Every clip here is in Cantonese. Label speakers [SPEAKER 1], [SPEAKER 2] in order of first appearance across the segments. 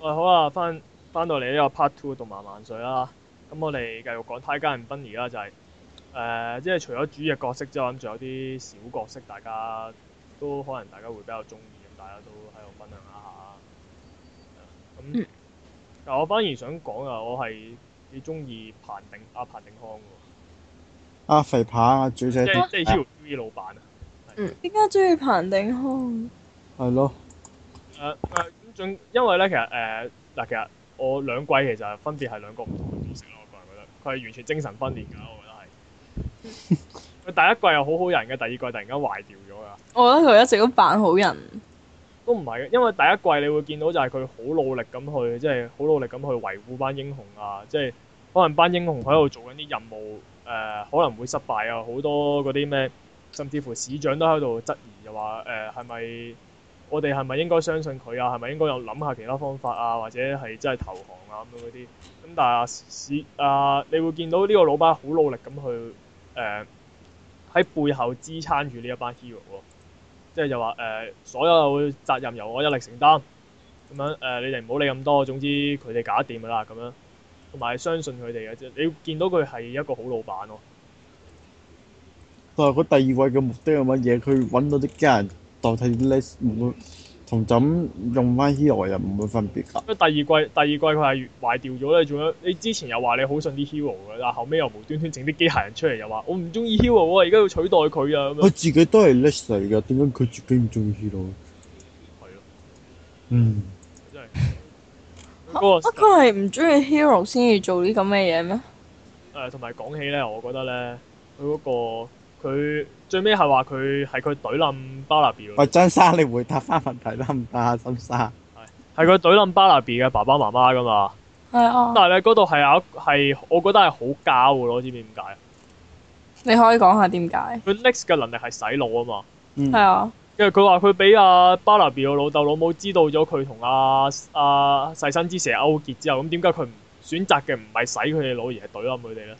[SPEAKER 1] 喂，好啊，翻翻到嚟呢個 Part Two 動漫萬歲啦。咁我哋繼續講《泰加人奔尼》啦，就係、誒、呃即係除咗主要角色之外，咁仲有啲小角色，大家都可能大家會比較中意，咁大家都喺度分享一下。咁
[SPEAKER 2] 嗯，
[SPEAKER 1] 但我反而想講啊，我係幾中意彭定阿彭定康嘅
[SPEAKER 3] 啊肥扒啊，主仔
[SPEAKER 1] 喎，
[SPEAKER 3] 啲
[SPEAKER 1] 即係即係 HeroTV 老闆啊。
[SPEAKER 2] 點解中意彭定康？
[SPEAKER 3] 係咯，
[SPEAKER 1] 誒誒咁盡，呃嗯因為咧其實誒呃嗱、其實我兩季其實分別係兩個唔同嘅角色咯，我個人覺得佢係完全精神分裂㗎，我覺得係。佢第一季又好好人嘅，第二季突然間壞掉咗啊㗎，
[SPEAKER 2] 我覺得佢一直都扮好人，
[SPEAKER 1] 都唔係嘅，因為第一季你會見到就係佢好努力咁去，即係好努力咁去維護班英雄啊，即係可能班英雄喺度做緊啲任務誒、可能會失敗啊，好多嗰啲咩，甚至乎市長都喺度質疑就話誒係咪？我哋係咪應該相信佢啊？係咪應該有諗下其他方法啊？或者係真係投降啊咁樣嗰啲？咁但係啊市啊，你會見到呢個老闆好努力咁去誒喺、背後支撐住呢一班 hero 啊咯，即係就話誒、呃所有責任由我一力承擔咁樣誒、呃你哋唔好理咁多，總之佢哋搞掂㗎啦咁樣，同埋相信佢哋嘅啫。你見到佢係一個好老闆咯，
[SPEAKER 3] 但係嗰第二位嘅目的係乜嘢？佢揾到啲家人代替啲 less，唔會同就咁用翻 hero 又唔會分別㗎。
[SPEAKER 1] 啊因為第二季第二季佢係壞掉咗咧，仲有你之前又話你好信啲 hero 嘅，但後尾又無端端整啲機械人出嚟，又話我唔中意 hero 喎，而家要取代佢啊咁
[SPEAKER 3] 佢
[SPEAKER 1] 樣。
[SPEAKER 3] 自己都係 less 嚟㗎，點解佢自己唔中意 hero？
[SPEAKER 1] 係咯，
[SPEAKER 3] 嗯，
[SPEAKER 1] 真係。
[SPEAKER 2] 嚇
[SPEAKER 1] 嗰
[SPEAKER 2] 乜
[SPEAKER 1] 個
[SPEAKER 2] 佢係唔中意 hero 先至做啲咁嘅嘢咩？
[SPEAKER 1] 誒呃同埋講起咧，我覺得咧，佢嗰、個佢最尾係話佢係佢懟冧巴拿比
[SPEAKER 3] 喂
[SPEAKER 1] 咯，
[SPEAKER 3] 張生，你回答翻問題得唔得啊？心生，
[SPEAKER 1] 係佢懟冧巴拿比嘅爸爸媽媽噶嘛。
[SPEAKER 2] 係啊，
[SPEAKER 1] 但係咧嗰度係有一係，我覺得係好膠嘅咯，知唔知點解？
[SPEAKER 2] 你可以講下點解？
[SPEAKER 1] 佢 Next 嘅能力係洗腦啊嘛。
[SPEAKER 3] 嗯
[SPEAKER 2] 係，啊，
[SPEAKER 1] 因為佢話佢俾阿巴拿比個老豆老母知道咗佢同阿阿細身之蛇勾結之後，咁點解佢唔選擇嘅唔係洗佢哋腦而係懟冧佢哋咧？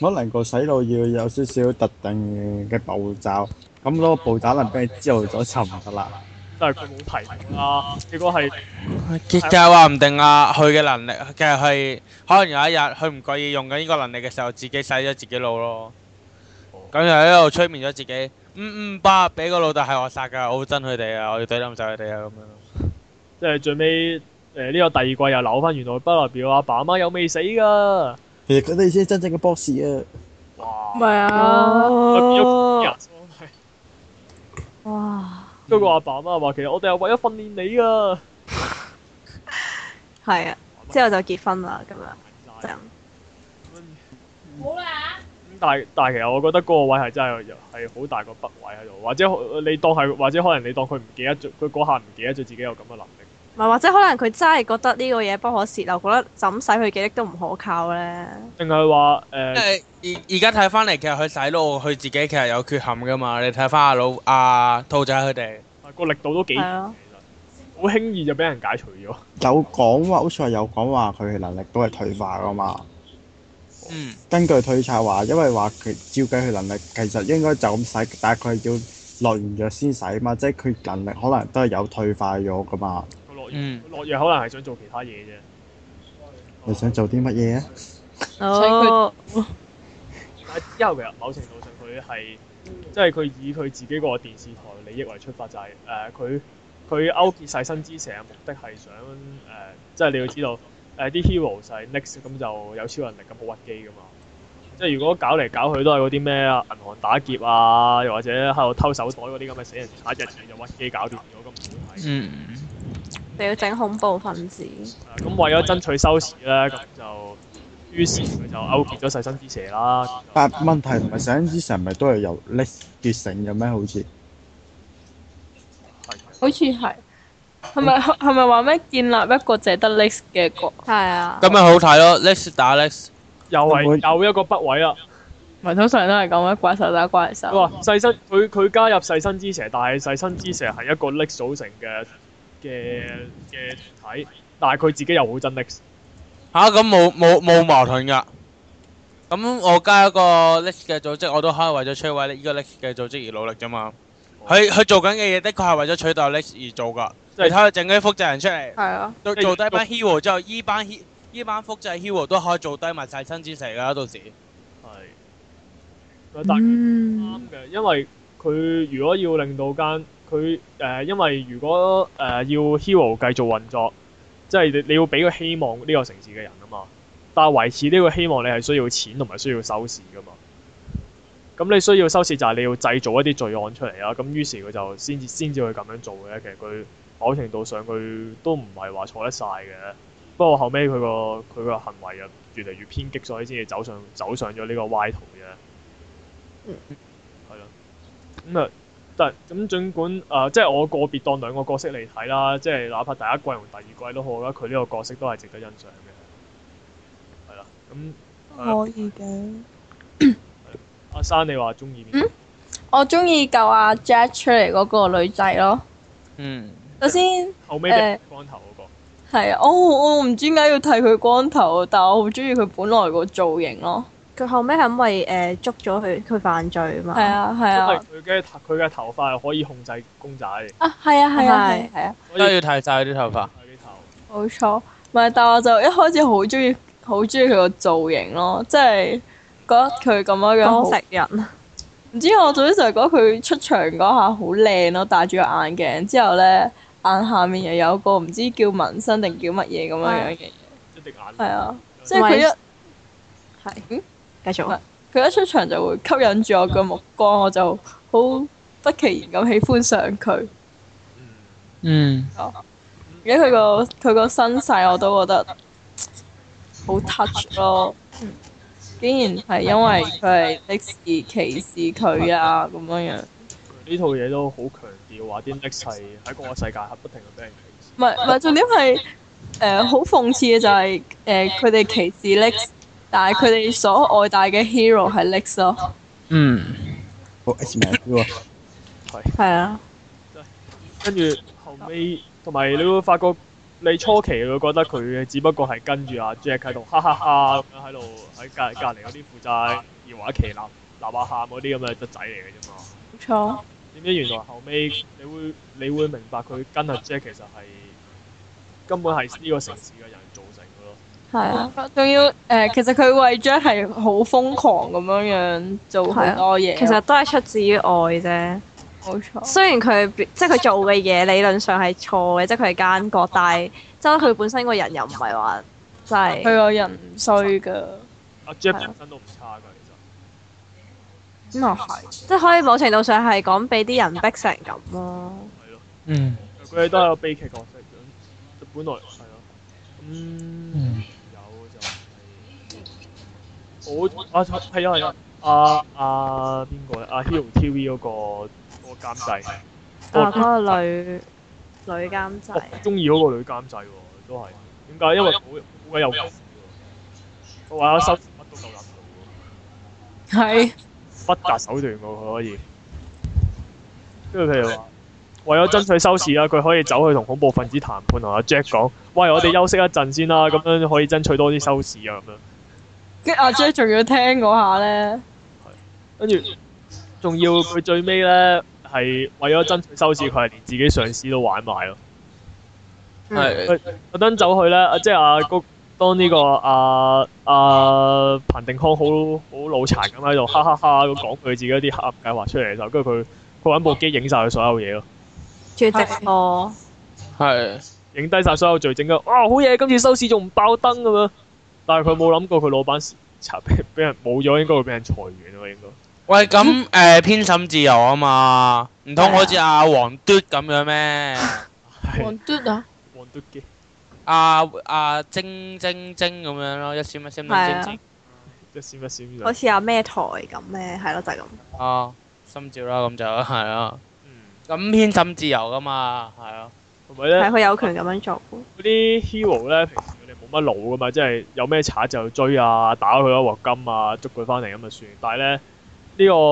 [SPEAKER 3] 可能個洗腦要有少少特定嘅步驟，咁嗰個步驟可能俾你知道咗就唔得啦。
[SPEAKER 1] 但係佢冇提到啦，結果係
[SPEAKER 4] 結界話唔定啊，佢嘅能力嘅係可能有一日佢唔覺意用緊呢個能力嘅時候，自己洗咗自己腦咯。咁就喺度催眠咗自己，嗯嗯爸，俾個老豆係我殺㗎，我好憎佢哋啊，我要懟冧晒佢哋啊咁樣。
[SPEAKER 1] 即係最尾誒呢個第二季又扭翻，原來巴拿比個阿爸阿媽有未死㗎，
[SPEAKER 3] 其實佢哋先係真正嘅 boss 啊！
[SPEAKER 1] 哇！
[SPEAKER 2] 係啊
[SPEAKER 1] 佢變咗人咯係
[SPEAKER 2] 哇，
[SPEAKER 1] 不過阿爸阿媽話其實我哋係為咗訓練你㗎，
[SPEAKER 5] 係啊，之後就結婚啦咁樣，就
[SPEAKER 1] 好啦。咁但係但係其實我覺得嗰個位係真係有係好大個北位喺度，或者你當係或者可能你當佢唔記得咗，佢嗰下唔記得咗自己有咁嘅能力。
[SPEAKER 5] 唔係或者可能佢真係覺得呢個嘢不可泄漏，覺得怎使佢記憶都唔可靠咧。
[SPEAKER 1] 定係話呃
[SPEAKER 4] 因
[SPEAKER 1] 誒
[SPEAKER 4] 為而而家睇翻嚟，其實佢洗腦，佢自己其實有缺陷㗎嘛。你睇翻阿老阿兔仔佢哋，
[SPEAKER 1] 個力度都幾
[SPEAKER 5] 係啊咯
[SPEAKER 1] 強，其實好輕易就俾人解除咗。
[SPEAKER 3] 有講話，好似話有講話佢嘅能力都係退化噶嘛。
[SPEAKER 4] 嗯，
[SPEAKER 3] 根據推測話，因為話佢照計佢能力其實應該就咁使，但係佢要落完藥先使嘛，即係佢能力可能都係有退化咗噶嘛。
[SPEAKER 1] 佢落藥，
[SPEAKER 4] 嗯
[SPEAKER 1] 佢落藥可能係想做其他嘢啫。
[SPEAKER 3] 你想做啲乜嘢啊？
[SPEAKER 5] 哦，
[SPEAKER 1] 但係之後其實某程度上佢係即係佢以佢自己個電視台利益為出發，就係誒佢佢勾結晒新之蛇嘅目的係想誒、呃即係你要知道誒啲 hero 就係 next 咁就有超能力咁好屈機噶嘛。即係如果搞嚟搞去都係嗰啲咩銀行打劫啊，又或者喺度偷手袋嗰啲咁嘅死人賊，一嘢就屈機搞掂咗咁唔好睇。
[SPEAKER 4] 嗯，
[SPEAKER 5] 你要整恐怖分子，
[SPEAKER 1] 啊咁為咗爭取收視咧，咁就於是佢就勾結咗細身之蛇啦。
[SPEAKER 3] 但係問題同埋上之神咪都係由 l e s 結成嘅咩？好似
[SPEAKER 2] 好似係係咪係咪話咩建立一個淨得 Lex 嘅國？
[SPEAKER 5] 係啊，
[SPEAKER 4] 咁咪好睇咯。Lex 打 Lex，
[SPEAKER 1] 又係又一個北位啦。
[SPEAKER 2] 咪通常都係咁嘅，怪獸打怪
[SPEAKER 1] 佢話
[SPEAKER 2] 獸。
[SPEAKER 1] 細身，佢佢加入細身之蛇，但係細身之蛇係一個 Lex 組成嘅嘅嘅團體，但係佢自己又好憎 Lex。
[SPEAKER 4] 吓啊咁冇冇冇矛盾㗎。咁我加一個 Lex 嘅組織，我都可以為咗摧毀呢個 Lex 嘅組織而努力啫嘛。佢佢做緊嘅嘢的確係為咗取代 Lex 而做㗎。
[SPEAKER 1] 哦即
[SPEAKER 4] 你
[SPEAKER 1] 係
[SPEAKER 4] 睇佢整嗰啲複製人出嚟，
[SPEAKER 5] 係啊
[SPEAKER 4] 到
[SPEAKER 5] 咯，
[SPEAKER 1] 即係
[SPEAKER 4] 做低班 hero 之後，依班 he 依班複製 hero 都可以做低埋晒新之石㗎啦，到時。
[SPEAKER 1] 係。啊但
[SPEAKER 5] 嗯
[SPEAKER 1] 啱嘅，因為佢如果要令到間佢誒、呃因為如果誒、呃要 Hero 繼續運作，即係你你要俾個希望呢個城市嘅人啊嘛。但係維持呢個希望，你係需要錢同埋需要收視噶嘛。咁你需要收視就係你要製造一啲罪案出嚟啦。啊咁於是佢就先至先至會咁樣做嘅。其實佢某程度上佢都唔係話錯得晒嘅。不過後尾佢個佢個行為啊越嚟越偏激，所以先至走上走上咗呢個歪途啫。係咯。咁啊，但咁儘管誒、呃即係我個別當兩個角色嚟睇啦，即係哪怕第一季同第二季都好啦，佢呢個角色都係值得欣賞嘅。係啦，咁啊
[SPEAKER 2] 可以嘅。
[SPEAKER 1] 阿生你話中意邊
[SPEAKER 2] 嗯
[SPEAKER 1] 個？
[SPEAKER 2] 我中意救阿 Jack 出嚟嗰個女仔咯。
[SPEAKER 4] 嗯，
[SPEAKER 5] 首先
[SPEAKER 1] 後尾嘅
[SPEAKER 2] 誒
[SPEAKER 1] 光頭嗰、
[SPEAKER 2] 係啊，我我唔知點解要剃佢光頭，但我好中意佢本來個造型咯。
[SPEAKER 5] 佢後尾係因為誒捉咗佢，佢犯罪啊嘛。
[SPEAKER 2] 係，啊係
[SPEAKER 1] 個，
[SPEAKER 2] 啊
[SPEAKER 1] 因為佢嘅頭佢嘅頭髮係可以控制公仔，
[SPEAKER 2] 啊係啊係啊係
[SPEAKER 5] 係
[SPEAKER 2] 啊係啊，
[SPEAKER 1] 可
[SPEAKER 4] 嗯都
[SPEAKER 1] 以
[SPEAKER 4] 要剃晒啲頭髮。
[SPEAKER 1] 控制啲頭。
[SPEAKER 2] 冇錯。唔係，但我就一開始好中意好中意佢個造型咯，即係覺得佢咁樣樣好
[SPEAKER 5] 當食人。
[SPEAKER 2] 唔知我總之就係覺得佢出場嗰下好靚咯，戴住個眼鏡之後咧，眼下面又有個唔知叫紋身定叫乜嘢咁樣樣嘅，
[SPEAKER 1] 一滴眼淚嗯
[SPEAKER 2] 係啊，即
[SPEAKER 1] 係
[SPEAKER 2] 係佢一
[SPEAKER 5] 係，
[SPEAKER 2] 嗯
[SPEAKER 5] 繼續啊。
[SPEAKER 2] 佢一出場就會吸引住我嘅目光，我就好不其然咁喜歡上佢。
[SPEAKER 1] 嗯
[SPEAKER 4] 嗯，
[SPEAKER 2] 而且佢個佢個身世我都覺得好 touch 咯，竟然係因為佢係歷史歧視佢啊咁樣樣。
[SPEAKER 1] 呢套嘢都好強調話啲 Nex 係喺個世界係不停咁俾人歧視。
[SPEAKER 2] 唔係唔係，重點係誒好諷刺嘅就係誒佢哋歧視 Lex，但係佢哋所愛戴嘅 hero 係 Lex 咯。
[SPEAKER 4] 嗯，
[SPEAKER 3] 好 X 名喎，
[SPEAKER 5] 係啊，
[SPEAKER 1] 跟住後尾，同埋你會發覺你初期會覺得佢只不過係跟住阿 Jack 喺度哈哈哈咁樣喺度喺
[SPEAKER 5] 啊
[SPEAKER 1] 隔隔離嗰啲負責搖下旗立立下喊嗰啲咁嘅卒仔嚟嘅啫嘛。
[SPEAKER 5] 冇錯。
[SPEAKER 1] 點知原來後尾你會你會明白佢跟阿 Jack 其實係根本係呢個城市嘅人造成嘅咯。
[SPEAKER 5] 係啊，
[SPEAKER 2] 啊，仲要誒、其實佢為 Jack 係好瘋狂咁樣樣做好多嘢。
[SPEAKER 5] 其實都係出自於愛啫。
[SPEAKER 2] 冇錯，
[SPEAKER 5] 雖然佢即係佢做嘅嘢理論上係錯嘅，即係佢係奸角，但係即係佢本身個人又唔係話真
[SPEAKER 2] 佢
[SPEAKER 5] 哦係
[SPEAKER 2] 個人唔衰噶。
[SPEAKER 1] 阿 Jack
[SPEAKER 5] 係啊
[SPEAKER 1] 本身都唔差㗎，其實。
[SPEAKER 2] 咁又係，
[SPEAKER 5] 即係可以某程度上係講俾啲人逼成咁咯。
[SPEAKER 1] 係咯，
[SPEAKER 4] 嗯，
[SPEAKER 1] 佢哋都係個悲劇角色，咁本來係咯。嗯，有就係、我啊係啊係啊，啊啊邊個咧？啊 Hero TV 嗰、個嗰、個監製，
[SPEAKER 5] 啊，
[SPEAKER 1] 我
[SPEAKER 5] 嗰個女女監製
[SPEAKER 1] 我中意嗰個女監製喎，都係點解？因為好好鬼有故事喎，佢話收視乜都夠膽做
[SPEAKER 2] 係
[SPEAKER 1] 喎，不擇手段喎，佢可以。跟住譬如話。為咗爭取收視啦，啊佢可以走去同恐怖分子談判，同啊阿 Jack 講：，喂，我哋休息一陣先啦，咁樣可以爭取多啲收視啊，咁樣。
[SPEAKER 2] 跟住阿 Jack 仲要聽嗰下咧，
[SPEAKER 1] 跟住仲要佢最尾咧係為咗爭取收視，佢係連自己上司都玩埋咯。
[SPEAKER 4] 係。
[SPEAKER 1] 特登走去咧，啊即係阿谷當呢、個阿阿彭定康好好腦殘咁喺度哈哈哈咁講佢自己一啲黑暗計劃出嚟嘅時候，跟住佢佢揾部機影晒佢所有嘢咯，
[SPEAKER 5] 仲要直播，
[SPEAKER 4] 係。
[SPEAKER 1] 影低晒所有罪證嘅。哇，好嘢！今次收視仲唔爆燈咁樣，但係佢冇諗過佢老闆查俾俾人冇咗，應該會俾人裁員咯，應該。
[SPEAKER 4] 喂，咁誒編審自由啊嘛，唔通好似阿黃嘟咁樣咩？
[SPEAKER 1] 係
[SPEAKER 2] 嘟啊，
[SPEAKER 1] 黃嘟機。
[SPEAKER 4] 阿阿晶晶晶咁樣咯，一閃一閃兩晶
[SPEAKER 1] 一閃一閃就
[SPEAKER 5] 好似阿咩台咁咧，係咯，就係咁。
[SPEAKER 4] 晶啊，心照啦咁就係啊。
[SPEAKER 1] 嗯，
[SPEAKER 4] 咁編審自由噶嘛，係啊。
[SPEAKER 1] 同埋咧
[SPEAKER 5] 係。佢有權咁樣做。
[SPEAKER 1] 嗰啲 hero 咧，平時佢哋冇乜腦噶嘛，即係有咩賊就追啊，打佢一鑊金啊，捉佢翻嚟咁就算。但係咧，呢、個編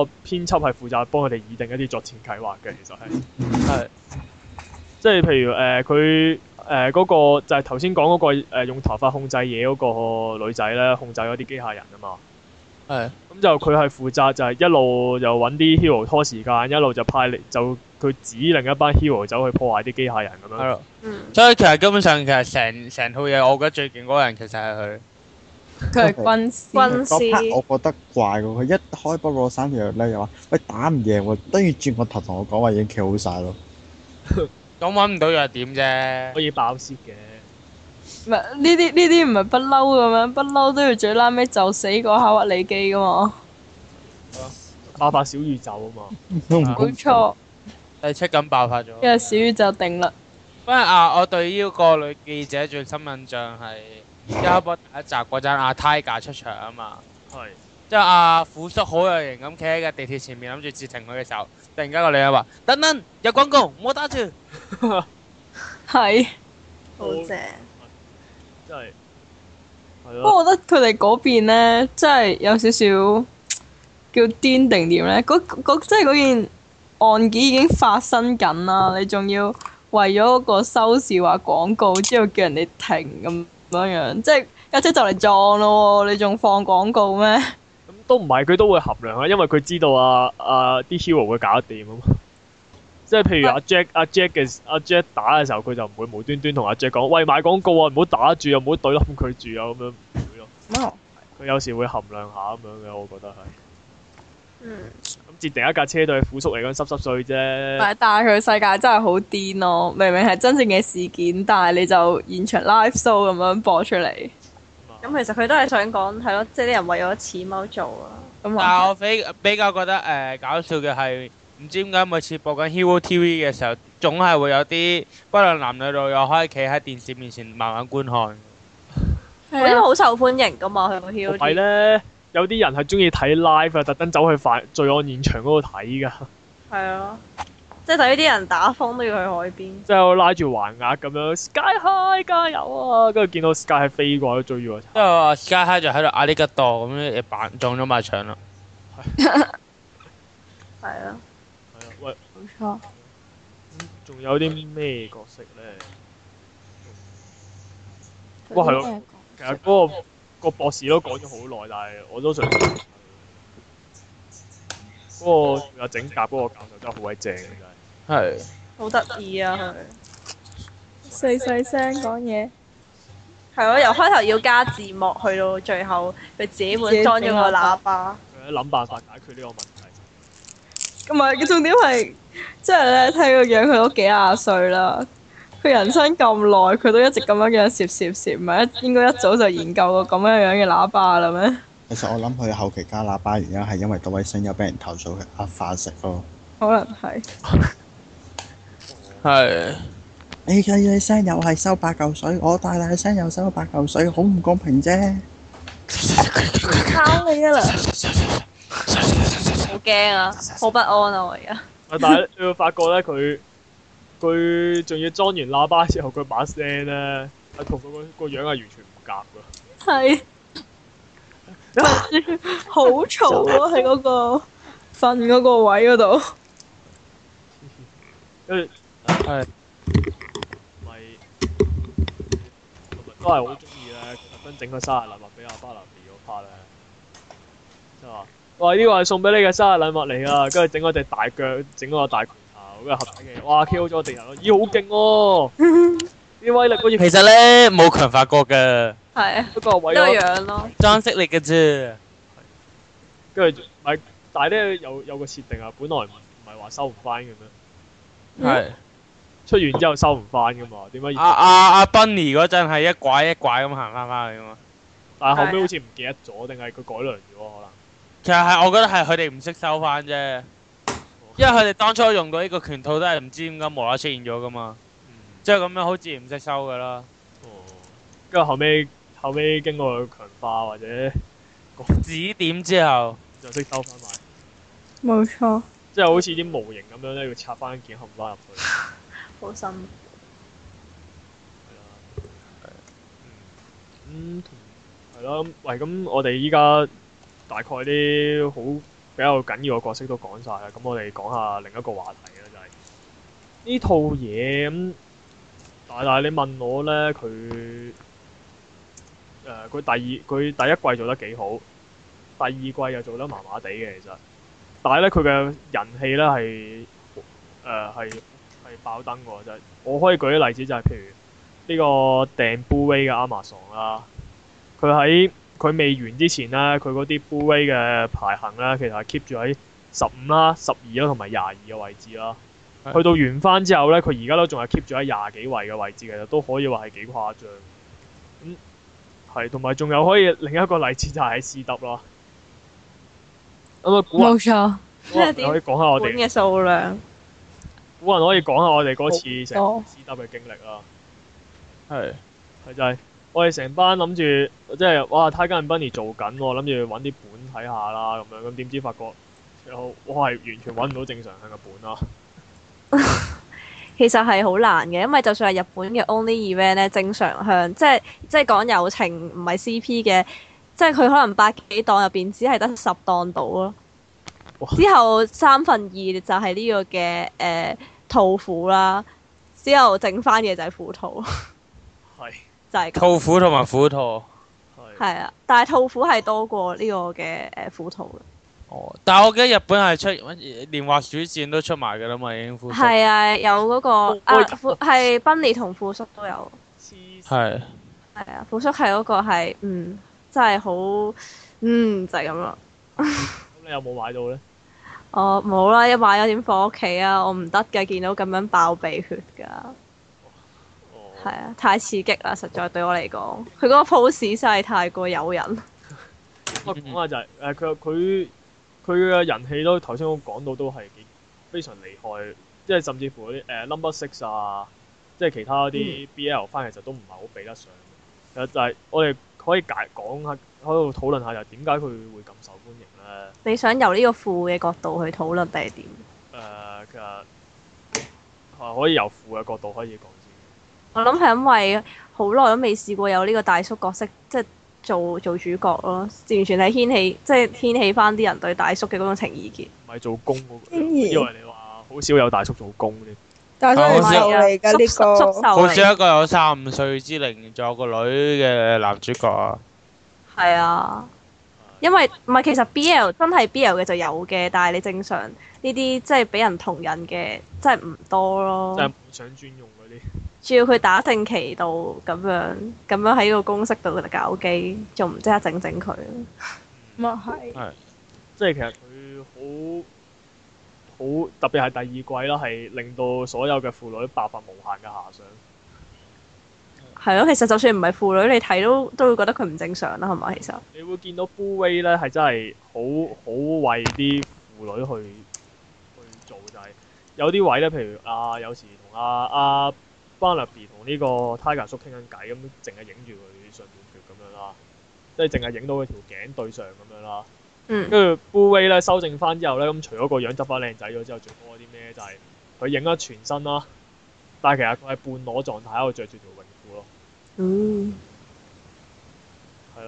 [SPEAKER 1] 輯係負責幫佢哋擬定一啲作戰計劃嘅，其實係
[SPEAKER 4] 係
[SPEAKER 1] 即係譬如誒佢誒嗰個呃就係頭先講嗰個、呃、用頭髮控制嘢嗰個女仔咧，控制嗰啲機械人啊嘛。
[SPEAKER 4] 係
[SPEAKER 1] 咁就佢係負責就係一路就揾啲 hero 拖時間，一路就派力就佢指另一班 hero 走去破壞啲機械人咁
[SPEAKER 4] 係
[SPEAKER 1] 樣。
[SPEAKER 4] 咯。
[SPEAKER 5] 嗯，
[SPEAKER 4] 所以其實根本上其實成成套嘢，我覺得最勁嗰個人其實係佢。
[SPEAKER 2] 佢係軍師。
[SPEAKER 5] 軍
[SPEAKER 3] 嗰 part
[SPEAKER 5] 師
[SPEAKER 3] 我覺得怪喎，佢一開波攞三條咧又話喂打唔贏喎，跟住轉個頭同我講話已經企好晒咯。
[SPEAKER 4] 咁揾唔到弱點啫
[SPEAKER 1] 可。以爆竊嘅，
[SPEAKER 2] 唔係呢啲呢啲唔係不嬲咁樣，不嬲都要最拉尾就死嗰下屈你機噶嘛。
[SPEAKER 1] 爆發小宇宙啊嘛。
[SPEAKER 3] 都唔
[SPEAKER 2] 冇錯，
[SPEAKER 4] 第七感爆發咗。
[SPEAKER 2] 因為小宇宙定律。
[SPEAKER 4] 不過啊，我對呢個女記者最深印象係一開波第一集嗰陣，阿 Tiger 出場啊嘛，
[SPEAKER 1] 係。
[SPEAKER 4] 即係阿虎叔好有型咁企喺個地鐵前面諗住截停佢嘅時候，突然間個女人話：等等，有廣告，唔好打住。
[SPEAKER 2] 係，
[SPEAKER 5] 好正，
[SPEAKER 1] 真係係
[SPEAKER 2] 不過
[SPEAKER 1] 咯，
[SPEAKER 2] 我覺得佢哋嗰邊咧，真係有少少叫癲定點咧。嗰嗰即係嗰件案件已經發生緊啦，你仲要為咗嗰個收視話廣告之後叫人哋停咁樣樣，即係架車就嚟撞咯喎，你仲放廣告咩？
[SPEAKER 1] 咁都唔係佢都會衡量啊，因為佢知道啊啊啲 hero 會搞得掂啊嘛。即係譬如阿 Jack 阿 Jack 嘅阿 Jack 打嘅時候，佢就唔會無端端同阿 Jack 講：喂，買廣告啊，唔好打住啊，唔好懟冧佢住啊，咁樣唔會咯。佢有時會衡量下咁樣嘅，我覺得係。
[SPEAKER 5] 嗯，
[SPEAKER 1] 咁截定一架車對虎叔嚟講濕濕碎啫。
[SPEAKER 2] 但但係佢世界真係好癲咯，明明係真正嘅事件，但係你就現場 live show 咁樣播出嚟，
[SPEAKER 5] 咁其實佢都係想講係咯，即係啲人為咗錢踎做啊，
[SPEAKER 2] 咁
[SPEAKER 4] 但係
[SPEAKER 2] 話
[SPEAKER 4] 我比比較覺得誒、呃搞笑嘅係，唔知點解每次播緊 Hero TV 嘅時候，總係會有啲不論男女老幼可以企喺電視面前慢慢觀看。
[SPEAKER 2] 啊
[SPEAKER 5] 因為好受歡迎噶嘛，佢個 Hero
[SPEAKER 1] 唔係咧，有啲人係中意睇 live 啊，特登走去犯罪案現場嗰度睇㗎，
[SPEAKER 5] 係咯，即係等於啲人打風都要去海邊，
[SPEAKER 1] 即係拉住橫額咁樣 sky high 加油啊！跟住見到 sky 係飛過去追住我。
[SPEAKER 4] 因為我 Sky High 就喺度壓呢吉度咁樣，扮撞咗埋牆啦。
[SPEAKER 5] 係咯，
[SPEAKER 1] 係啊，喂，
[SPEAKER 5] 冇錯，
[SPEAKER 1] 仲有啲咩角色咧？哇，係咯，其實嗰、個、個博士都講咗好耐，但係我都想嗰、個阿整甲嗰個教授真係好鬼正嘅，真係。
[SPEAKER 4] 係。
[SPEAKER 5] 好得意啊佢。
[SPEAKER 2] 細細聲講嘢，
[SPEAKER 5] 係咯，由開頭要加字幕，去到最後佢自己本裝咗個喇叭，
[SPEAKER 1] 佢喺諗辦法解決呢個問題。
[SPEAKER 2] 同埋嘅啊重點係，即係咧睇個樣佢都幾廿歲啦，佢人生咁耐佢都一直咁樣樣攝攝攝，唔係一應該一早就研究過咁樣樣嘅喇叭啦咩？
[SPEAKER 3] 其實我諗佢後期加喇叭原因係因為嗰位聲優俾人投訴佢呃化石咯。
[SPEAKER 2] 可能係，
[SPEAKER 4] 係。
[SPEAKER 3] 你嘅你哎聲又係收八嚿水，我大大聲又收八嚿水，好唔公平啫。
[SPEAKER 2] 抄你啊啦！
[SPEAKER 5] 好驚啊，好不安啊我而家。
[SPEAKER 1] 啊！但係你會發覺咧，佢佢仲要裝完喇叭之後，佢把聲咧係同佢個個樣係完全唔夾㗎。
[SPEAKER 2] 係，好嘈咯喺嗰個瞓嗰個位嗰度。
[SPEAKER 1] 跟住咪同埋
[SPEAKER 4] 係
[SPEAKER 1] 都係好中意咧，佢特登整個生日禮物俾阿巴拿比嗰 part 咧，就話：喂，呢個係送俾你嘅生日禮物嚟啊！跟住整嗰隻大腳，整嗰個大拳頭，跟住合體嘅，哇！Q 咗敵人咯，咦，好勁喎！啲威力好似
[SPEAKER 4] 其實咧冇強化過嘅，
[SPEAKER 5] 係啊，
[SPEAKER 1] 不過
[SPEAKER 5] 呢
[SPEAKER 1] 為咗。
[SPEAKER 5] 個樣咯，
[SPEAKER 4] 裝飾力嘅啫。
[SPEAKER 1] 跟住咪，但係咧有有個設定啊，本來唔唔係話收唔翻嘅咩？
[SPEAKER 4] 係。
[SPEAKER 1] 出完之後收唔翻嘅嘛？點解而
[SPEAKER 4] 阿阿阿 Bunny 嗰陣係一拐一拐咁行翻翻去噶嘛。
[SPEAKER 1] 但係後尾好似唔記得咗，定係佢改良咗可能？
[SPEAKER 4] 其實係我覺得係佢哋唔識收翻啫，因為佢哋當初用到呢個拳套都係唔知點解無啦啦出現咗噶嘛，
[SPEAKER 1] 嗯，
[SPEAKER 4] 即係咁樣好自然唔識收噶啦。
[SPEAKER 1] 哦。跟住後尾後尾經過強化或者
[SPEAKER 4] 指點之後，
[SPEAKER 1] 就識收翻埋，
[SPEAKER 2] 冇錯，
[SPEAKER 1] 即係好似啲模型咁樣咧，要插翻件冚翻入去。係
[SPEAKER 5] 好深。
[SPEAKER 1] 啦。嗯。咁同係咯，咁喂，咁我哋依家大概啲好比較緊要嘅角色都講晒啦，咁我哋講下另一個話題啦，就係、呢套嘢咁，但但係你問我呃咧，佢誒佢第二佢第一季做得幾好，第二季又做得麻麻地嘅其實，但係咧佢嘅人氣咧係誒係係爆燈喎，就係我可以舉啲例子就係譬如呢個訂 Blu-ray 嘅 Amazon 啦，佢喺佢未完之前咧，佢嗰啲 Blu-ray 嘅排行咧，其實係 keep 住喺十五啦、十二啦同埋廿二嘅位置啦。
[SPEAKER 4] 係
[SPEAKER 1] 去到完翻之後咧，佢而家都仲係 keep 住喺廿幾位嘅位置，其實都可以話係幾誇張。咁係，同埋仲有可以另一個例子就係 C 得啦。咁啊，古人
[SPEAKER 2] 冇錯，
[SPEAKER 1] 古人可以講下我
[SPEAKER 5] 本
[SPEAKER 1] 哋，
[SPEAKER 5] 嘅數量，
[SPEAKER 1] 古人可以講下我哋嗰次
[SPEAKER 2] 好多
[SPEAKER 1] 成 C 得嘅經歷啦。
[SPEAKER 4] 係
[SPEAKER 1] 係就係、我哋成班諗住，即係哇 t i g e Bunny 做緊喎，諗住揾啲本睇下啦咁樣，咁點知發覺我我係完全揾唔到正常向嘅本啊啦。
[SPEAKER 5] 其實係好難嘅，因為就算係日本嘅 Only Event 咧，正常向即係即係講友情唔係 CP 嘅，即係佢可能百幾檔入邊只係得十檔到咯
[SPEAKER 1] 哇。
[SPEAKER 5] 之後三分二就係呢個嘅誒、呃、兔虎啦，之後剩翻嘅就係虎兔，
[SPEAKER 1] 係
[SPEAKER 5] 就係咁。
[SPEAKER 4] 兔虎同埋虎兔。
[SPEAKER 1] 係。
[SPEAKER 5] 係啊，但係兔虎係多過呢個嘅誒虎兔嘅。
[SPEAKER 4] 哦，但係我記得日本係出連滑鼠戰都出埋㗎啦嘛，已經虎兔。
[SPEAKER 5] 係啊，有嗰、個
[SPEAKER 1] 哦
[SPEAKER 5] 啊，虎係賓利同富叔都有。
[SPEAKER 1] 黐線
[SPEAKER 4] 係
[SPEAKER 5] 係啊，虎叔係嗰個係嗯，真係好嗯就係咁咯。
[SPEAKER 1] 咁你有冇買到咧？
[SPEAKER 5] 我冇啦，一買咗點放屋企啊？我唔得嘅，見到咁樣爆鼻血㗎，
[SPEAKER 1] 哦，
[SPEAKER 5] 係啊，太刺激啦！實在對我嚟講，佢嗰個 pose 真係太過誘人。
[SPEAKER 1] 我講下就係誒佢佢佢嘅人氣都頭先我講到都係幾非常厲害，即係甚至乎嗰啲誒 Number Six 啊，即係其他嗰啲 BL 翻其實都唔係好比得上嘅。其實就係我哋可以解講下喺度討論下就係點解佢會咁受歡迎咧？
[SPEAKER 5] 你想由呢個負嘅角度去討論定係點？
[SPEAKER 1] 誒、其實係可以由負嘅角度可以講先。
[SPEAKER 5] 我諗係因為好耐都未試過有呢個大叔角色，即係做做主角咯，完全係掀起即係掀起翻啲人對大叔嘅嗰種情意結。
[SPEAKER 1] 唔係做工嗰、個，
[SPEAKER 2] 竟然
[SPEAKER 1] 因為你話好少有大叔做工呢。
[SPEAKER 2] 但
[SPEAKER 4] 係
[SPEAKER 2] 係
[SPEAKER 4] 啊我
[SPEAKER 2] 真
[SPEAKER 4] 知
[SPEAKER 5] 啊
[SPEAKER 2] 係
[SPEAKER 4] 道
[SPEAKER 2] 受嚟㗎呢個，
[SPEAKER 5] 縮縮手
[SPEAKER 4] 好
[SPEAKER 5] 嚟
[SPEAKER 4] 少一個有三五歲之齡，仲有個女嘅男主角啊。
[SPEAKER 5] 係啊，因為唔係其實 BL 真係 BL 嘅就有嘅，但係你正常呢啲即係俾人同人嘅真係唔多
[SPEAKER 1] 即係
[SPEAKER 5] 咯。
[SPEAKER 1] 唔想專用嗰啲。
[SPEAKER 5] 主要佢打正旗度咁樣咁樣喺個公式度搞基，仲唔即刻整整佢？
[SPEAKER 2] 咁啊係。
[SPEAKER 1] 即係其實佢好好特別係第二季啦，係令到所有嘅婦女爆發無限嘅遐想。
[SPEAKER 5] 係咯，其實就算唔係婦女，你睇都都會覺得佢唔正常啦，係咪？其實
[SPEAKER 1] 你會見到 b u y 咧係真係好好為啲婦女去去做，就係、有啲位咧，譬如啊，有時同阿阿 Barnaby 同呢個 Tiger 叔傾緊偈，咁淨係影住佢上半橛咁樣啦，即係淨係影到佢條頸對上咁樣啦。
[SPEAKER 5] 嗯
[SPEAKER 1] 跟住 b u y 咧修正翻之後咧，咁除咗個樣執翻靚仔咗之後，最多啲咩就係佢影咗全身啦，但係其實佢係半裸狀態喺度着住條泳褲咯。
[SPEAKER 5] 嗯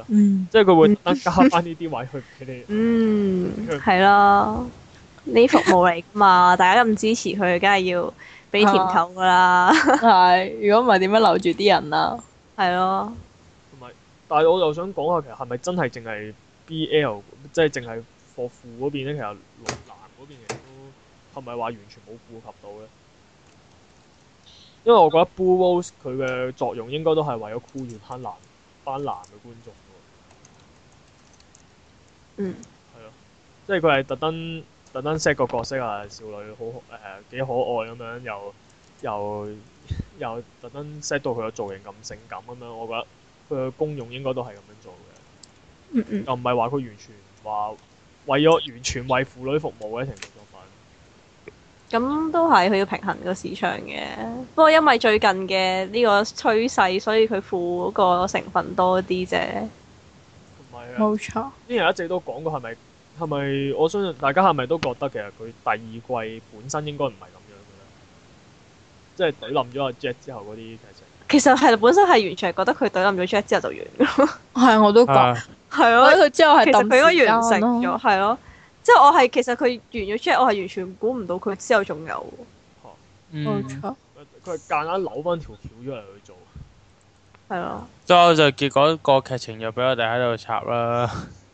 [SPEAKER 2] 嗯，
[SPEAKER 1] 即係佢會特登加翻呢啲位去俾你。
[SPEAKER 5] 嗯係啦，呢服務嚟㗎嘛，大家咁支持佢，梗係要俾甜頭㗎啦，
[SPEAKER 2] 係。如果唔係點樣留住啲人啊？
[SPEAKER 5] 係咯。
[SPEAKER 1] 但係我又想講下，其實係咪真係淨係 BL，即係淨係貨庫嗰邊咧？其實男嗰邊其實都係咪話完全冇顧及到咧？因為我覺得 Blue Rose 佢嘅作用應該都係為咗箍住班男班男嘅觀眾喎，
[SPEAKER 5] 嗯，
[SPEAKER 1] 即係佢係特登特登 set 個角色啊，少女好誒、呃、幾可愛咁樣，又又又特登 set 到佢嘅造型咁性感咁樣，我覺得佢嘅功呃用應該都係咁樣做嘅。
[SPEAKER 2] 嗯嗯。
[SPEAKER 1] 又唔係話佢完全話為咗完全為婦女服務嘅一程度作品。
[SPEAKER 5] 咁都係佢要平衡個市場嘅。不過因為最近嘅呢個趨勢，所以佢負嗰個成分多啲啫。
[SPEAKER 1] 同埋啊，
[SPEAKER 2] 冇錯，
[SPEAKER 1] 之前一直都講過係咪係咪？我相信大家係咪都覺得其實佢第二季本身應該唔係咁樣嘅咧，即係懟冧咗阿 Jack 之後嗰啲劇情。
[SPEAKER 5] 其實係本身係完全係覺得佢對冧咗 Jack 之後就完，
[SPEAKER 2] 係我都覺，
[SPEAKER 4] 啊
[SPEAKER 5] 係
[SPEAKER 2] 我覺
[SPEAKER 5] 咯。
[SPEAKER 2] 得佢之後係
[SPEAKER 5] 其實
[SPEAKER 2] 抌啊
[SPEAKER 5] 佢應該完
[SPEAKER 2] 時間
[SPEAKER 5] 成
[SPEAKER 2] 咯
[SPEAKER 5] 咗，係咯。即係我係其實佢完咗 Jack，我係完全估唔到佢之後仲有。
[SPEAKER 2] 冇
[SPEAKER 4] 嗯，
[SPEAKER 2] 錯，
[SPEAKER 1] 佢佢係夾硬扭翻條橋出嚟去做。
[SPEAKER 5] 係咯，
[SPEAKER 4] 最後就結果個劇情又俾我哋喺度插啦。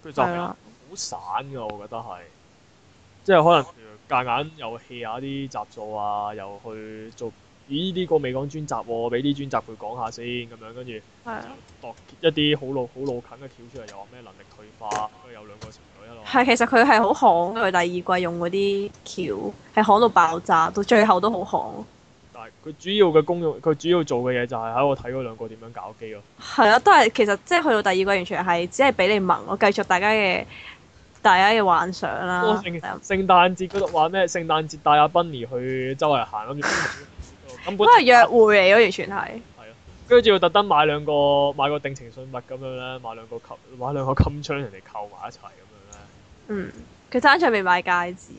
[SPEAKER 1] 佢就
[SPEAKER 5] 係
[SPEAKER 1] 係
[SPEAKER 5] 咯，
[SPEAKER 1] 好散㗎，我覺得係，即係可能譬如夾硬又 hea 下啲集數啊，又去做，咦呢、個未講專集喎、俾啲專集佢講下先咁樣，跟住
[SPEAKER 2] 係啊，
[SPEAKER 1] 度一啲好老好老近嘅橋出嚟，又話咩能力退化，跟住有兩個情侶喺度。
[SPEAKER 5] 係其實佢係好行啊嘅，佢第二季用嗰啲橋係行到爆炸，到最後都好行。
[SPEAKER 1] 但係佢主要嘅功用，佢主要做嘅嘢就係喺我睇嗰兩個點樣搞機咯。
[SPEAKER 5] 係啊，都係其實即係去到第二季，完全係只係俾你萌咯，繼續大家嘅大家嘅幻想啦。啊
[SPEAKER 1] 我聖聖誕節嗰度話咩？聖誕節帶阿 Bunny 去周圍行，諗 住根
[SPEAKER 5] 都
[SPEAKER 1] 本
[SPEAKER 5] 係約會嚟咯，完全係。
[SPEAKER 1] 跟住要特登買兩個買個定情信物咁樣咧，買兩個扣買兩個襟槍人哋扣埋一齊咁
[SPEAKER 5] 嗯，佢爭在未買戒指，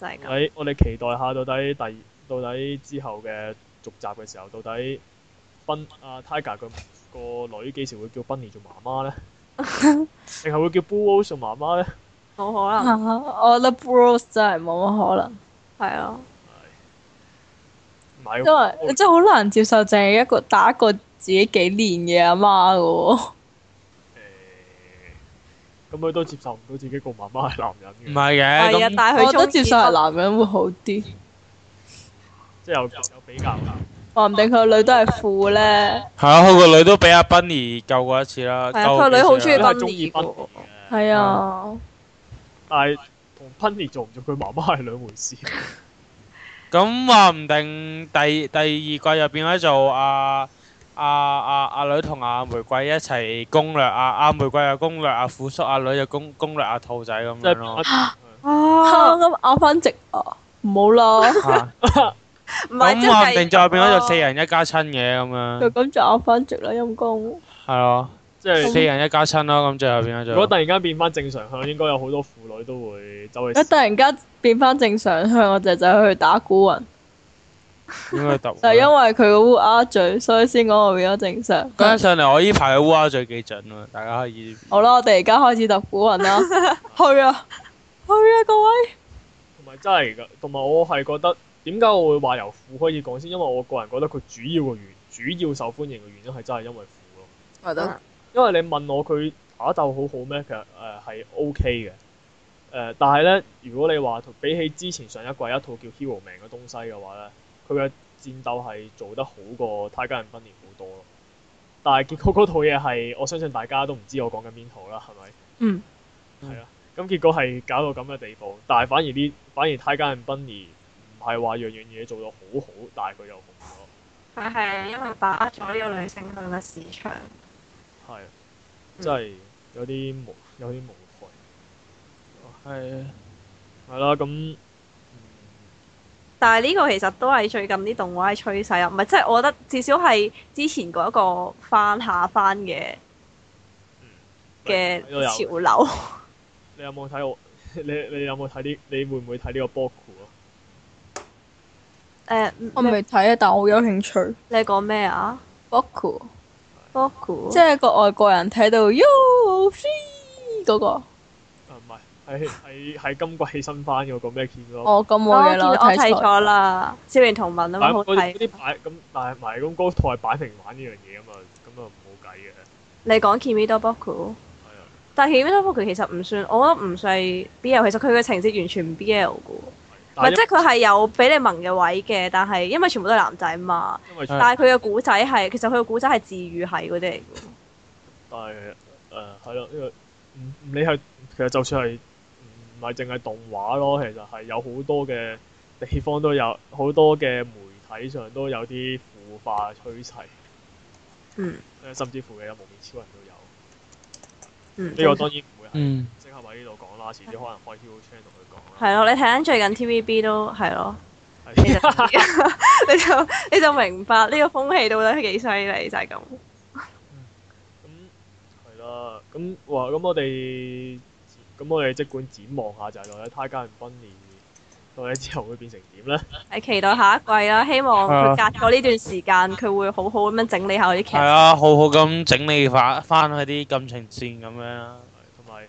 [SPEAKER 5] 就係
[SPEAKER 1] 樣咧。喺
[SPEAKER 5] 咁。
[SPEAKER 1] 我哋期待下到底第到底之後嘅續集嘅時候，到底賓阿 Tiger 佢個女幾時會叫 Bunny 做媽媽 咧？定係會叫 Boo Rose 做媽媽咧？
[SPEAKER 5] 冇可
[SPEAKER 2] 啊
[SPEAKER 5] 能，
[SPEAKER 2] 我覺得 Bruce 真係冇乜可能。
[SPEAKER 5] 係啊，
[SPEAKER 1] 唔係
[SPEAKER 2] 因為你真係好難接受，淨係一個打一個自己幾年嘅阿媽嘅喎。
[SPEAKER 1] 咁佢都接受唔到自己個媽媽係男人嘅。
[SPEAKER 4] 唔係嘅，
[SPEAKER 5] 係啊，
[SPEAKER 4] 咁
[SPEAKER 5] 但係
[SPEAKER 2] 我
[SPEAKER 5] 佢
[SPEAKER 2] 覺得接受係
[SPEAKER 5] 啦。
[SPEAKER 2] 男人會好啲，
[SPEAKER 1] 即係有有比較啦。
[SPEAKER 2] 話唔定佢個女都係富咧。
[SPEAKER 4] 係啊，佢個女都俾阿 Bunny 救過一次啦。
[SPEAKER 5] 係啊，
[SPEAKER 4] 救
[SPEAKER 5] 佢個女好
[SPEAKER 4] 哦過幾次啦
[SPEAKER 5] 中意
[SPEAKER 1] 佢係中意
[SPEAKER 5] Bunny
[SPEAKER 1] 賓
[SPEAKER 5] 嘅。
[SPEAKER 2] 係啊，
[SPEAKER 1] 但係同 Penny 做唔做佢媽媽係兩回事。
[SPEAKER 4] 咁話唔定第第二季入邊咧就阿阿阿阿女同阿玫瑰一齊攻略阿阿玫瑰又攻略阿虎叔，阿女就攻攻略阿兔仔咁
[SPEAKER 1] 即係
[SPEAKER 4] 樣咯。
[SPEAKER 5] 啊，
[SPEAKER 2] 啱啱拗翻直啊，唔好啦，
[SPEAKER 4] 嚇
[SPEAKER 5] 唔係即
[SPEAKER 4] 咁話唔定
[SPEAKER 5] 係
[SPEAKER 4] 就入邊咧就四
[SPEAKER 5] 人。
[SPEAKER 4] 人一家親嘅咁樣
[SPEAKER 2] 就，咁就拗翻直啦，陰公。
[SPEAKER 4] 係咯，
[SPEAKER 1] 即係
[SPEAKER 4] 四人一家親咯。咁最後邊咧
[SPEAKER 1] 如果突
[SPEAKER 4] 就
[SPEAKER 1] 然間變翻正常向，應該有好多婦女都會走去
[SPEAKER 2] 一突然間變翻正常向，我就就去打古雲，
[SPEAKER 4] 應該揼。
[SPEAKER 2] 就係因為佢個烏鴉嘴，所以先講我變咗正常。
[SPEAKER 4] 跟上嚟，我呢排嘅烏鴉最幾準喎，大家可以。
[SPEAKER 2] 好啦，我哋而家開始揼古雲 啦，去啊，去啊，各位！
[SPEAKER 1] 同埋真係㗎，同埋我係覺得點解我會話由父開始講先，因為我個人覺得佢主要嘅原主要受歡迎嘅原因係真係因為父咯。
[SPEAKER 2] 我
[SPEAKER 5] 得
[SPEAKER 1] 因為你問我佢打鬥好好咩？其實誒係 O K 嘅。誒、呃但係咧，如果你話同比起之前上一季一套叫《Hero 命》嘅東西嘅話咧，佢嘅戰鬥係做得好過《泰加人賓年》好多咯。但係結果嗰套嘢係，我相信大家都唔知我講緊邊套啦，係咪？
[SPEAKER 2] 嗯。
[SPEAKER 1] 係啊，咁結果係搞到咁嘅地步，但係反而呢，反而《泰加人賓年》唔係話樣樣嘢做到好好，但係佢又紅咗。
[SPEAKER 5] 佢哦係因為把握咗呢個女性向嘅市場。
[SPEAKER 1] 係啊，
[SPEAKER 5] 嗯
[SPEAKER 1] 真係有啲無有啲無謂。
[SPEAKER 4] 係。
[SPEAKER 1] 係啊啦，咁嗯
[SPEAKER 5] 但係呢個其實都係最近啲動畫嘅趨勢啊，唔係即係我覺得至少係之前嗰一個翻下翻嘅嘅
[SPEAKER 1] 你都有
[SPEAKER 5] 潮流。
[SPEAKER 1] 你有冇睇我？ 你你有冇睇啲？你會唔會睇呢個波酷啊？
[SPEAKER 5] 誒，
[SPEAKER 2] 我未睇啊，但我好有興趣。
[SPEAKER 5] 你講咩啊
[SPEAKER 2] Boku，
[SPEAKER 5] b o k
[SPEAKER 2] 即係個外國人睇到 Yo 嗰個，
[SPEAKER 1] 啊唔係，喺喺喺今季新番嗰個咩片咯？
[SPEAKER 2] 哦咁冇
[SPEAKER 5] 我
[SPEAKER 2] 嘢
[SPEAKER 5] 見
[SPEAKER 2] 啦，
[SPEAKER 5] 我睇
[SPEAKER 2] 錯
[SPEAKER 5] 錯啦，《少年同盟》啊
[SPEAKER 1] 但
[SPEAKER 5] 嘛，好
[SPEAKER 1] 係嗰啲嗰
[SPEAKER 5] 睇。
[SPEAKER 1] 啲擺咁，但係唔係咁嗰套係擺明玩呢樣嘢啊嘛，咁啊冇計嘅。
[SPEAKER 5] 你講《Kimido b o k
[SPEAKER 1] 係啊，
[SPEAKER 5] 但係《Kimido b o k 其實唔算，我覺得唔算 BL，其實佢嘅情節完全唔 BL 嘅喎。唔
[SPEAKER 1] 但係
[SPEAKER 5] 係
[SPEAKER 1] 因
[SPEAKER 5] 即係佢係有俾你萌嘅位嘅，但係因為全部都係男仔嘛，
[SPEAKER 1] 因為
[SPEAKER 4] 係
[SPEAKER 5] 但係佢嘅古仔係其實佢嘅古仔係治愈係嗰啲嚟嘅。
[SPEAKER 1] 但係誒係咯，因為唔唔理係其實就算係唔係淨係動畫咯，其實係有好多嘅地方都有好多嘅媒體上都有啲腐化趨勢。
[SPEAKER 5] 嗯。
[SPEAKER 1] 誒甚至乎嘅有無面超人都有。
[SPEAKER 5] 嗯，
[SPEAKER 1] 呢個當然唔會係
[SPEAKER 4] 嗯。
[SPEAKER 1] 適合喺呢度講啦，遲啲可能開 Hero Channel 去講
[SPEAKER 5] 係啊
[SPEAKER 1] 啦。
[SPEAKER 5] 咯，你睇緊最近 TVB 都係咯，你就
[SPEAKER 1] 係
[SPEAKER 5] 你就你就明白呢個風氣到底幾犀利就係咁。
[SPEAKER 1] 咁係啦，咁哇，咁我哋咁我哋即管展望下就係到底 Tiger and Bunny 到底之後會變成點咧？
[SPEAKER 5] 係期待下一季啦，希望佢隔咗呢段時間，佢會好好咁樣整理下佢啲劇
[SPEAKER 4] 係。啊，好好咁整理翻翻佢啲感情線咁樣啦。
[SPEAKER 1] 同埋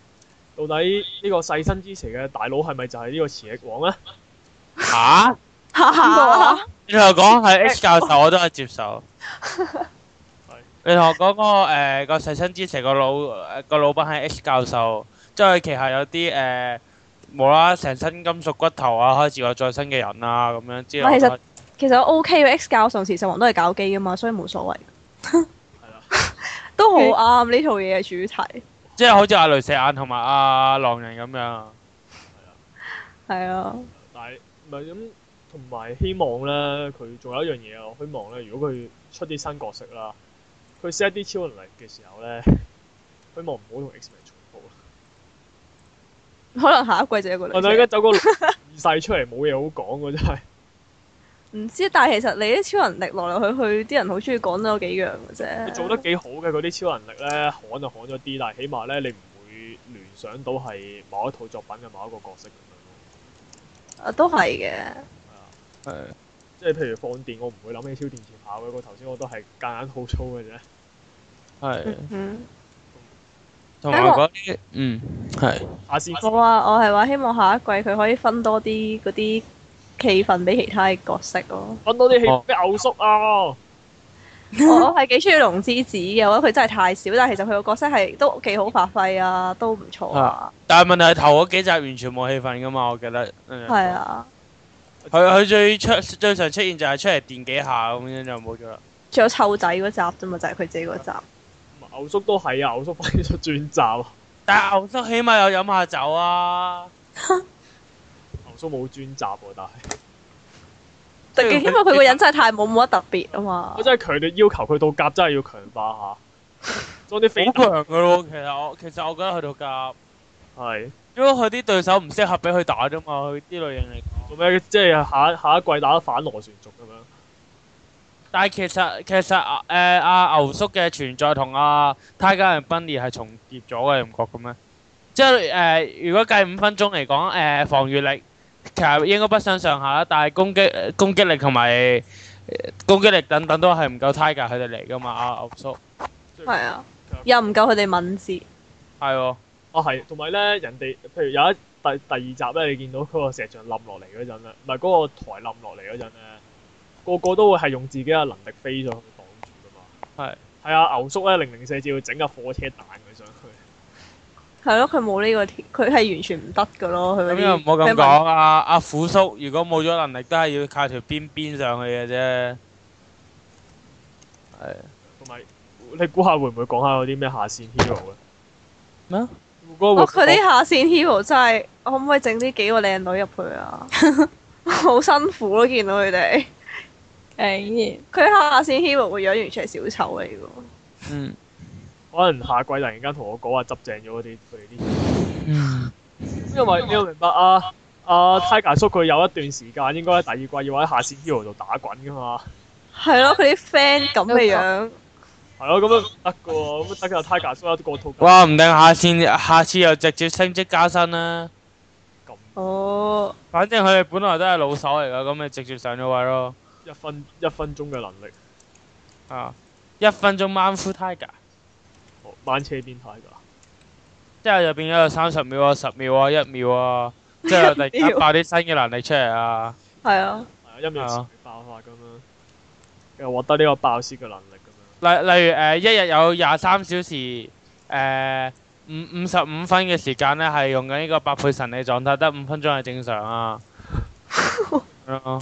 [SPEAKER 1] 到底呢個細身之時嘅大佬係咪就係呢個磁力王咧？
[SPEAKER 4] 吓？
[SPEAKER 5] 哈
[SPEAKER 2] 邊個
[SPEAKER 5] 哈
[SPEAKER 2] 啊
[SPEAKER 4] 你同我講係 X 教授，我都係接受。你同我講嗰個誒個細身之蛇個老誒個老闆係 H 教授，即係佢旗下有啲誒無啦啦成身金屬骨頭啊，開始有再生嘅人啊咁樣之類
[SPEAKER 5] 喂其實
[SPEAKER 4] 嘅。
[SPEAKER 5] 其實我 OK 嘅 X 教授時實王都係搞基噶嘛，所以冇所謂。
[SPEAKER 1] 係啦。
[SPEAKER 5] 都好啱呢套嘢嘅主題，
[SPEAKER 4] 即係好似阿雷射眼同埋阿狼人咁樣。
[SPEAKER 5] 係啊，
[SPEAKER 1] 但係唔係咁，同埋希望咧，佢仲有一樣嘢啊！我希望咧，如果佢出啲新角色啦，佢 set 啲超能力嘅時候咧， 希望唔好同 X-Men 重複啦。
[SPEAKER 5] 可能下一季就有一個
[SPEAKER 1] 我
[SPEAKER 5] 女
[SPEAKER 1] 哋而家
[SPEAKER 5] 仔。
[SPEAKER 1] 走個 二世出嚟冇嘢好講喎，真 係。
[SPEAKER 5] 唔知，但係其實你啲超能力來來去去，啲人好中意講多幾樣嘅
[SPEAKER 1] 佢
[SPEAKER 5] 啫。
[SPEAKER 1] 做得幾好嘅，嗰啲超能力咧，罕就罕咗啲，但係起碼咧，你唔會聯想到係某一套作品嘅某一個角色咁樣
[SPEAKER 5] 啊都係嘅，
[SPEAKER 1] 咯。係啊，
[SPEAKER 4] 係。
[SPEAKER 1] 即係譬如放電，我唔會諗起超電磁炮嘅，個頭先我都係夾硬好粗嘅啫。
[SPEAKER 4] 係，
[SPEAKER 5] 嗯，
[SPEAKER 4] 同埋嗰啲，嗯，係。
[SPEAKER 1] 阿斯
[SPEAKER 5] 冇啊，我係話希望下一季佢可以分多啲嗰啲氣氛俾其他嘅角色 咯。
[SPEAKER 1] 揾多啲
[SPEAKER 4] 哦
[SPEAKER 1] 氣俾牛叔啊！
[SPEAKER 5] 我我係幾中意龍之子嘅，我覺得佢真係太少，但係其實佢個角色係都幾好發揮啊，都唔錯啊，
[SPEAKER 4] 但係問題係頭嗰幾集完全冇氣氛噶嘛，我記得。嗯
[SPEAKER 5] 係。啊，
[SPEAKER 4] 佢佢最出最常出現就係出嚟電幾下咁樣就冇咗啦。
[SPEAKER 5] 仲有湊仔嗰集啫嘛，就係佢自己嗰集。
[SPEAKER 1] 牛叔都係啊，牛叔反而出轉集啊，
[SPEAKER 4] 但係牛叔起碼有飲下酒啊。
[SPEAKER 1] 牛叔冇專集喎，但係
[SPEAKER 5] 特別因為佢個人真係太冇冇乜特別啊嘛
[SPEAKER 1] 我。真係強烈要求佢到甲真係要強化下，裝啲飛
[SPEAKER 4] 好
[SPEAKER 1] 彈
[SPEAKER 4] 強噶咯，其實我其實我覺得去到夾，
[SPEAKER 1] 係
[SPEAKER 4] 因為佢啲對手唔適合俾佢打啫嘛，佢啲類型嚟
[SPEAKER 1] 做
[SPEAKER 4] 講。
[SPEAKER 1] 咩？即係下下一季打反螺旋族咁樣。
[SPEAKER 4] 但係其實其實啊誒阿牛叔嘅存在同阿 Tiger and Bunny 係重疊咗嘅，你唔覺嘅咩？即係誒、如果計五分鐘嚟講，誒、防禦力其實應該不相上下啦，但係攻擊攻擊力同埋誒攻擊力等等都係唔夠 Tiger 佢哋嚟噶嘛，阿、牛叔
[SPEAKER 5] 係啊，又唔夠佢哋敏捷。
[SPEAKER 4] 係喎，
[SPEAKER 1] 啊係，同埋咧，人哋譬如有一第第二集咧，你見到嗰個石像冧落嚟嗰陣咧，唔係嗰個台冧落嚟嗰陣咧，個個都會係用自己嘅能力飛上去擋住噶嘛。
[SPEAKER 4] 係
[SPEAKER 1] 係啊，牛叔咧零零四照整架火車彈佢上去。
[SPEAKER 5] 係咯，佢冇呢個條，佢係完全唔得噶咯。佢嗰
[SPEAKER 4] 咁
[SPEAKER 5] 啲
[SPEAKER 4] 又唔好咁
[SPEAKER 5] 咩
[SPEAKER 4] 講
[SPEAKER 5] 文，
[SPEAKER 4] 啊！阿虎叔如果冇咗能力，都係要靠條邊邊上去嘅啫。係
[SPEAKER 1] 同埋你估下會唔會講下嗰啲咩下線 hero 啊咧？
[SPEAKER 4] 咩啊？
[SPEAKER 1] 嗰個
[SPEAKER 5] 哇！哦佢啲下線 hero 真係，可唔可以整啲幾個靚女入去 啊？好辛苦咯，見到佢哋。
[SPEAKER 2] 竟
[SPEAKER 5] 佢下線 hero 個樣完全係小丑嚟噶。
[SPEAKER 4] 嗯。
[SPEAKER 1] 可能下季突然間同我講話執正咗嗰啲佢哋啲，
[SPEAKER 4] 嗯
[SPEAKER 1] 因為你要明白啊啊 Tiger 叔佢有一段時間應該喺第二季要喺下線 hero 度打滾噶嘛。
[SPEAKER 5] 係咯，佢啲 friend 咁嘅樣，
[SPEAKER 1] 係咯，咁樣唔得噶喎，咁樣得㗎 Tiger 叔有個套咁
[SPEAKER 4] 哇，唔定下次下次又直接升職加薪啦。
[SPEAKER 1] 啊
[SPEAKER 5] 哦，
[SPEAKER 4] 反正佢哋本來都係老手嚟噶，咁咪直接上咗位咯。
[SPEAKER 1] 一分一分鐘嘅能力，
[SPEAKER 4] 啊，一分鐘掹呼 Tiger，
[SPEAKER 1] 哦掹車邊 Tiger，
[SPEAKER 4] 之後就變咗有三十秒啊、十秒啊、一秒啊，之後突然間爆啲新嘅能力出嚟啊。
[SPEAKER 5] 係啊，
[SPEAKER 1] 係啊，一秒
[SPEAKER 4] 係
[SPEAKER 1] 前
[SPEAKER 4] 啊
[SPEAKER 1] 爆發咁樣，又獲得呢個爆泄嘅能力咁
[SPEAKER 4] 例例如誒、呃一日有廿三小時誒五五十五分嘅時間咧，係用緊呢個百倍神力狀態，得五分鐘係正常啊。係啊
[SPEAKER 1] 樣。哦，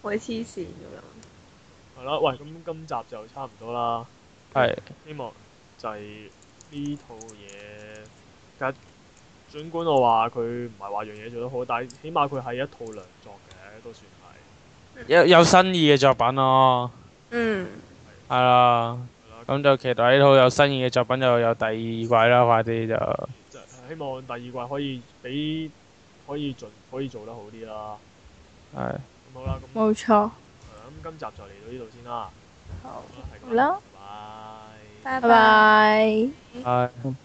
[SPEAKER 5] 好似黐線咁
[SPEAKER 1] 係啦，喂，咁今集就差唔多啦。
[SPEAKER 4] 係
[SPEAKER 1] 希望就係呢套嘢，其實儘管我話佢唔係話樣嘢做得好，但係起碼佢係一套良作嘅，都算係。
[SPEAKER 4] 有有新意嘅作品咯，
[SPEAKER 5] 樣。嗯，
[SPEAKER 4] 係
[SPEAKER 1] 係
[SPEAKER 4] 啦。
[SPEAKER 1] 啦，
[SPEAKER 4] 咁就期待呢套有新意嘅作品就有第二季啦，快啲就
[SPEAKER 1] 就希望第二季可以俾可以盡可以做得好啲啦。
[SPEAKER 4] 係。
[SPEAKER 1] 咁好啦，咁
[SPEAKER 2] 然冇錯，
[SPEAKER 1] 咁今集就嚟到呢度先啦。好
[SPEAKER 5] 好，
[SPEAKER 1] 啦，係咁
[SPEAKER 5] 好啦，
[SPEAKER 1] 拜拜。
[SPEAKER 5] 拜
[SPEAKER 2] 拜
[SPEAKER 5] 拜。
[SPEAKER 2] 拜。
[SPEAKER 4] 係。
[SPEAKER 3] 拜拜